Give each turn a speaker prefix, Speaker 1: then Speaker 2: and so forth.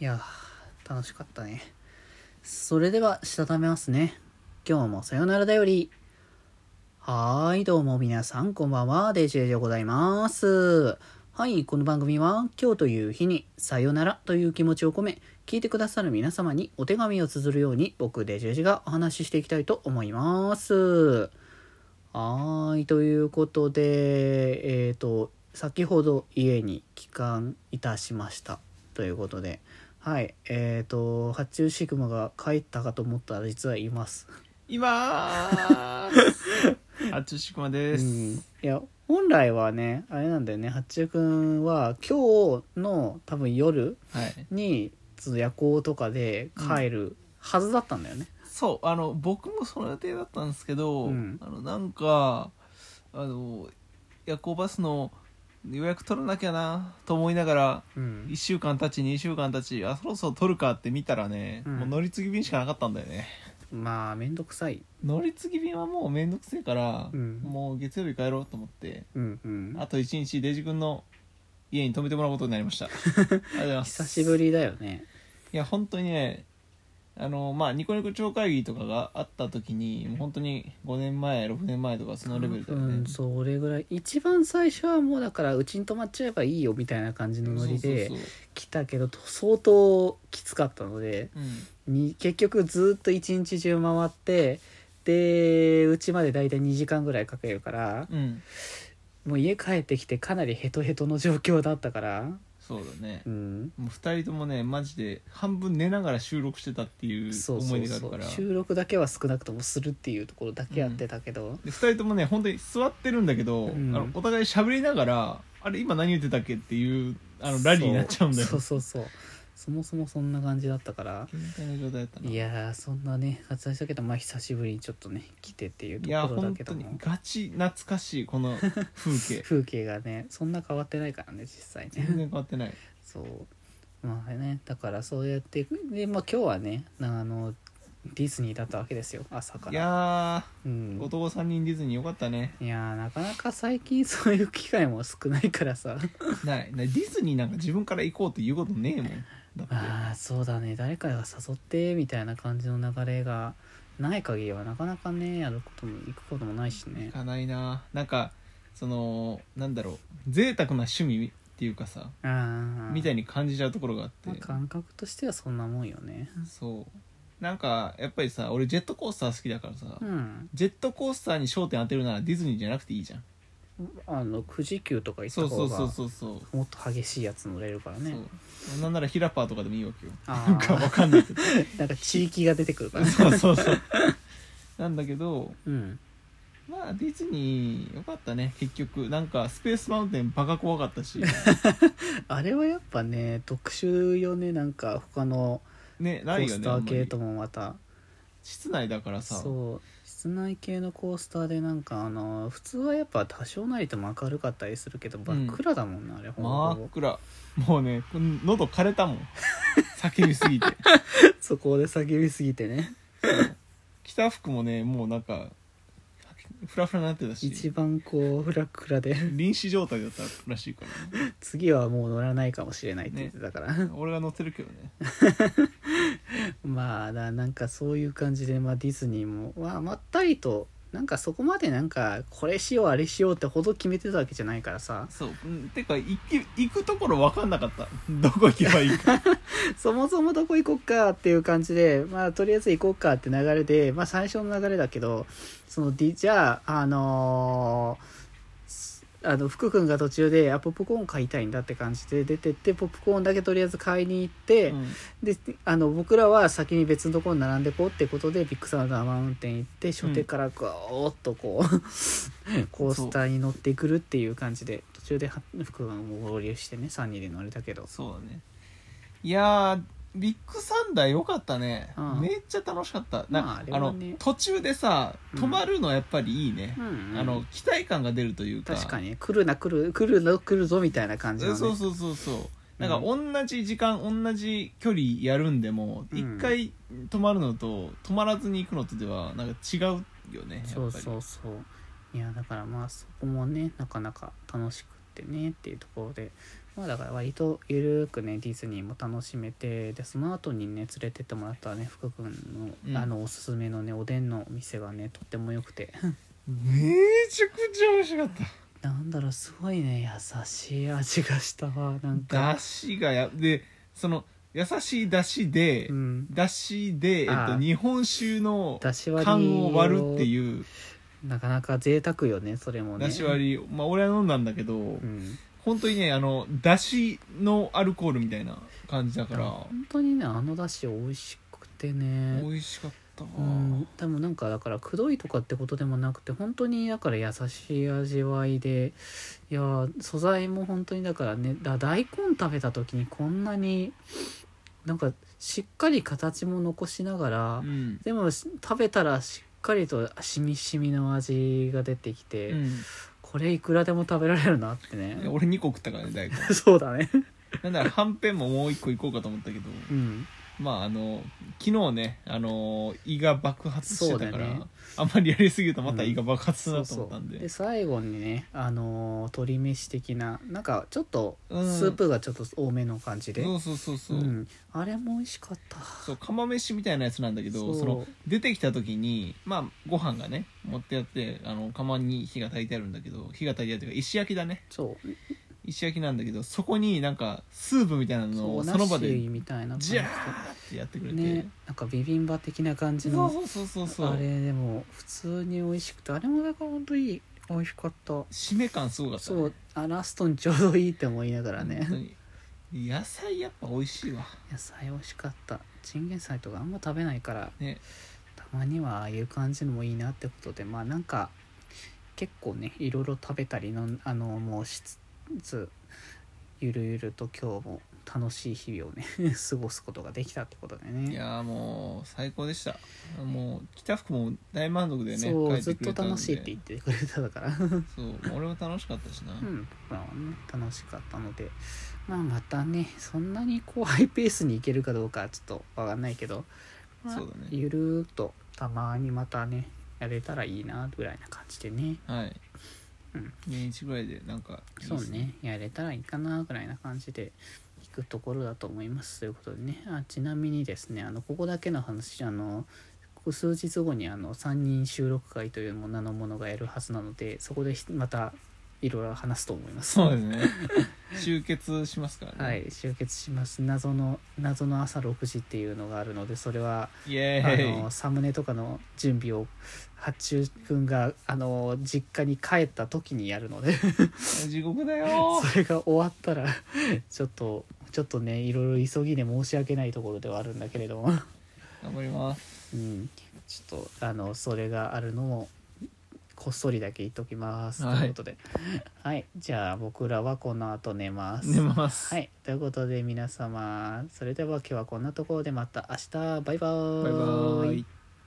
Speaker 1: いやー楽しかったねそれではしたためますね今日もさよならだよりはーいどうも皆さんこんばんはデジェジでございますはいこの番組は今日という日にさよならという気持ちを込め聞いてくださる皆様にお手紙を綴るように僕デジェジがお話ししていきたいと思いますはーい、ということで、えっ、と、先ほど家に帰還いたしました。ということで、はい、えっ、と、発注シグマが帰ったかと思ったら実はいます。
Speaker 2: いまー すあちしくまです、
Speaker 1: うんいや、本来はね、あれなんだよね、発注くんは今日の多分夜
Speaker 2: はい
Speaker 1: に、その夜行とかで帰るはずだったんだよね。
Speaker 2: そうあの僕もその予定だったんですけど、
Speaker 1: うん
Speaker 2: あのなんかあの夜行バスの予約取らなきゃなと思いながら
Speaker 1: うん
Speaker 2: 1。週間経ち2週間経ちあそろそろ取るかって見たらね、
Speaker 1: うん
Speaker 2: もう乗り継ぎ便しかなかったんだよね
Speaker 1: まあ、めんどくさい。
Speaker 2: 乗り継ぎ便はもうめんどくせえから、
Speaker 1: うん
Speaker 2: もう月曜日帰ろうと思って
Speaker 1: うんうん。
Speaker 2: あと1日デジ君の家に泊めてもらうことにな りましたありがとうございます
Speaker 1: 久しぶりだよね。
Speaker 2: いや本当にねあのまあニコニコ超会議とかがあった時にもう本当に5年前6年前とかそのレベルだよ
Speaker 1: う
Speaker 2: ね
Speaker 1: ん、それぐらい一番最初はもうだからうちに泊まっちゃえばいいよみたいな感じのノリで
Speaker 2: そうそう
Speaker 1: 来たけど相当きつかったので
Speaker 2: そううん
Speaker 1: に結局ずっと一日中回ってでうちまで大体2時間ぐらいかけるから
Speaker 2: うん
Speaker 1: もう家帰ってきてかなりヘトヘトの状況だったから、
Speaker 2: そうだね
Speaker 1: うん、
Speaker 2: もう2人ともねマジで半分寝ながら収録してたっていう
Speaker 1: そうそ
Speaker 2: 思いう出がある
Speaker 1: そ
Speaker 2: か
Speaker 1: う
Speaker 2: ら
Speaker 1: 収録だけは少なくともするっていうところだけやってたけど、
Speaker 2: で2人ともね本当に座ってるんだけど、
Speaker 1: うん
Speaker 2: あのお互い喋りながらあれ今何言ってたっけっていうあのラリーになっちゃうんだよ
Speaker 1: そうそうそうそうそもそもそんな感じだったから
Speaker 2: 限界の状態だったない
Speaker 1: いやーそんなね活躍したけどまあ久しぶりにちょっとね来てっていうと
Speaker 2: や
Speaker 1: ころだ
Speaker 2: 本
Speaker 1: け
Speaker 2: 当
Speaker 1: ど
Speaker 2: に
Speaker 1: も
Speaker 2: ガチ懐かしいこの風 景
Speaker 1: 風景がねそんな変わってないからね実際
Speaker 2: 全
Speaker 1: ね
Speaker 2: 然変わってない
Speaker 1: そうまあねだからそうやってでまあ今日はねなあのディズニーだったわけですよ朝か
Speaker 2: い
Speaker 1: ら
Speaker 2: や
Speaker 1: う
Speaker 2: ー
Speaker 1: ん
Speaker 2: 男3人ディズニーよかったね
Speaker 1: いやーなかなか最近そういう機会も少ないからさ
Speaker 2: ないないディズニーなんか自分から行こうっていうことねえもんだって
Speaker 1: ああそうだね誰かが誘ってみたいな感じの流れがない限りはなかなかねやることも行くこともないしね
Speaker 2: 行かないななんかそのなんだろう贅沢な趣味っていうかさ
Speaker 1: ああ
Speaker 2: みたいに感じちゃうところがあって
Speaker 1: まあ、感覚としてはそんなもんよね
Speaker 2: そうなんかやっぱりさ俺ジェットコースター好きだからさ、
Speaker 1: うん
Speaker 2: ジェットコースターに焦点当てるならディズニーじゃなくていいじゃん
Speaker 1: あの富士急とか行っ
Speaker 2: そ
Speaker 1: た
Speaker 2: うそ
Speaker 1: 方
Speaker 2: うそう
Speaker 1: が
Speaker 2: そうそう
Speaker 1: もっと激しいやつ乗れるからね
Speaker 2: そうなんならヒラパーとかでもいいわけよ
Speaker 1: あー
Speaker 2: なんかわかんな いけど
Speaker 1: なんか地域が出てくるからね
Speaker 2: そうそうそうなんだけど
Speaker 1: うん
Speaker 2: まあディズニーよかったね結局なんかスペースマウンテンバカ怖かった し
Speaker 1: あれはやっぱね特殊よねなんか他の
Speaker 2: ね
Speaker 1: コ
Speaker 2: ない
Speaker 1: ー
Speaker 2: よ
Speaker 1: ス
Speaker 2: ね
Speaker 1: タ
Speaker 2: あ
Speaker 1: ー
Speaker 2: んま
Speaker 1: 系
Speaker 2: り
Speaker 1: ともまた
Speaker 2: 室内だからさ
Speaker 1: そう室内系のコースターでなんかあの普通はやっぱ多少なりとも明るかったりするけど真っ暗だもんな、あれほぼほ
Speaker 2: 真
Speaker 1: ぼ
Speaker 2: っ暗もうねこの喉枯れ たもん叫びすぎて
Speaker 1: そこで叫びすぎてね
Speaker 2: 着た服もねもうなんかフラフラになってた
Speaker 1: 一
Speaker 2: し
Speaker 1: 番こうフラックラで
Speaker 2: 臨死状態だったらしいから、ね、
Speaker 1: 次はもう乗らないかもしれないって言ってたから、
Speaker 2: 俺が乗ってるけどね
Speaker 1: まあななんかそういう感じで、まあ、ディズニーも、まあ、まったりとなんかそこまでなんかこれしようあれしようってほど決めてたわけじゃないからさ
Speaker 2: そううんてか行き行くところ分かんなかったどこ行けばいい か
Speaker 1: そもそもどこ行こっかっていう感じで、まあ、とりあえず行こうかって流れで、まあ、最初の流れだけどそのディじゃああのーすあの福君が途中であポップコーン買いたいんだって感じで出てってポップコーンだけとりあえず買いに行って、
Speaker 2: うん
Speaker 1: であの僕らは先に別のところに並んでこうってことでビッグサウンダーマウンテン行って初手からガーッと こう、コースターに乗ってくるっていう感じで途中では福君も合流してね3人で乗れたけど
Speaker 2: そうだねいやービッグサンダー良かったね、
Speaker 1: うん
Speaker 2: めっちゃ楽しかったな、
Speaker 1: まああれ
Speaker 2: あ
Speaker 1: は
Speaker 2: の
Speaker 1: ね
Speaker 2: 途中でさ
Speaker 1: うん
Speaker 2: 止まるのやっぱりいいね
Speaker 1: う、ん、
Speaker 2: あの期待感が出るというか
Speaker 1: 確かに来るな来る来るの来るぞみたいな感じの、
Speaker 2: え
Speaker 1: ね、
Speaker 2: そうそうそうそうなんか同じ時間、同じ距離やるんでも
Speaker 1: うん
Speaker 2: 一、回止まるのと止まらずに行くのとではなんか違うよねやっぱり
Speaker 1: そうそうそういやだからまあそこもねなかなか楽しくってねっていうところで、まあだから割とゆるくねディズニーも楽しめてでその後にね連れてってもらったね福君の、
Speaker 2: うん
Speaker 1: あのおすすめのねおでんのお店がねとっても良くて
Speaker 2: めちゃくちゃ美味しかっ
Speaker 1: なんだろうすごいね優しい味がしたわなん
Speaker 2: ただ
Speaker 1: か
Speaker 2: しがやでその優しいだしで、
Speaker 1: うん
Speaker 2: だしで、えっ
Speaker 1: あ
Speaker 2: と、
Speaker 1: あ
Speaker 2: 日本酒の
Speaker 1: だし割り
Speaker 2: 缶を割るっていう
Speaker 1: なかなか贅沢よねそれもね
Speaker 2: だし割り、まあ、俺は飲んだんだけど、
Speaker 1: うん
Speaker 2: 本当にねあのだしのアルコールみたいな感じだか
Speaker 1: だから
Speaker 2: ら
Speaker 1: 本当にねあのだし美味しくてね
Speaker 2: 美味しかったわ
Speaker 1: うん、でもなんかだからくどいとかってことでもなくて本当にだから優しい味わいでいやー素材も本当にだからねだ大根食べた時にこんなになんかしっかり形も残しながら、
Speaker 2: うん
Speaker 1: でもし食べたらしっかりとしみしみの味が出てきて、
Speaker 2: うん
Speaker 1: これいくらでも食べられるなってね
Speaker 2: 俺2個食ったからね 大根
Speaker 1: そうだね
Speaker 2: なんだらはんぺんももう1個いこうかと思ったけど
Speaker 1: うん
Speaker 2: まああの昨日ねあの胃が爆発してたから、
Speaker 1: そうだね
Speaker 2: あんまりやりすぎるとまた胃が爆発するなと思ったんで,、
Speaker 1: で最後にねあのー鶏飯的ななんかちょっとス
Speaker 2: うん
Speaker 1: ープがちょっと多めの感じで、
Speaker 2: そうそうそうそう、
Speaker 1: うん、あれも美味しかった
Speaker 2: そう釜飯みたいなやつなんだけど
Speaker 1: そう
Speaker 2: その出てきた時にまあご飯がね持ってあってあの釜に火が焚いてあるんだけど火が焚いてあるというか石焼きだね
Speaker 1: そう
Speaker 2: 石焼きなんだけどそこになんかスープみたいなの
Speaker 1: そ
Speaker 2: を
Speaker 1: う
Speaker 2: その場
Speaker 1: ナッシ
Speaker 2: で
Speaker 1: ーみたいな感じ
Speaker 2: ジ
Speaker 1: で
Speaker 2: ャーってやってくれて、
Speaker 1: ねなんかビビンバ的な感じ
Speaker 2: そ
Speaker 1: の
Speaker 2: うそうそうそうそう
Speaker 1: あれでも普通に美味しくてあれもだから本当に美味しかった
Speaker 2: 締め感すごかった、ね、
Speaker 1: そうあラストにちょうどいいって思いながらね
Speaker 2: 本当に野菜やっぱ美味しいわ
Speaker 1: 野菜美味しかったチンゲン菜とかあんま食べないから
Speaker 2: ね
Speaker 1: たまにはああいう感じのもいいなってことでまあなんか結構ねいろいろ食べたりのあのもうしつつゆるゆると今日も楽しい日々をね 過ごすことができたってことで
Speaker 2: い
Speaker 1: ね
Speaker 2: やーもう最高でしたもう北福も大満足でね
Speaker 1: そう
Speaker 2: 帰
Speaker 1: ず
Speaker 2: っ
Speaker 1: って
Speaker 2: くれ
Speaker 1: と
Speaker 2: たんで
Speaker 1: 楽しいって言ってくれただから
Speaker 2: そう俺も楽しかったしな、
Speaker 1: うん僕らはね楽しかったのでまあまたねそんなにこうハイペースにいけるかどうかはちょっとわかんないけど、まあ
Speaker 2: そうだね
Speaker 1: ゆるーっとたまにまたねやれたらいいなぐらいな感じでね
Speaker 2: はい、
Speaker 1: うん
Speaker 2: 年一ぐらいでなんかいいっす
Speaker 1: そうねやれたらいいかなぐらいな感じで行くところだと思いますということでねあちなみにですねあのここだけの話あのここ数日後にあの3人収録会というも名のものがやるはずなのでそこでひまたいろいろ話すと思います
Speaker 2: そうですね 集結しますからね、
Speaker 1: はい集結します謎の謎の朝6時っていうのがあるのでそれは
Speaker 2: イエ
Speaker 1: あ
Speaker 2: ーイ
Speaker 1: のサムネとかの準備を八中君があの実家に帰った時にやるので
Speaker 2: 地獄だ よ
Speaker 1: それが終わったらちょっとちょっとねいろいろ急ぎで申し訳ないところではあるんだけれども、
Speaker 2: 頑張ります
Speaker 1: うん、ちょっとあのそれがあるのをこっそりだけ言っときます、
Speaker 2: はい
Speaker 1: ということではいじゃあ僕らはこの後寝ます
Speaker 2: 寝ます、
Speaker 1: はいということで皆様それでは今日はこんなところでまた明日バイバー
Speaker 2: バイバーイ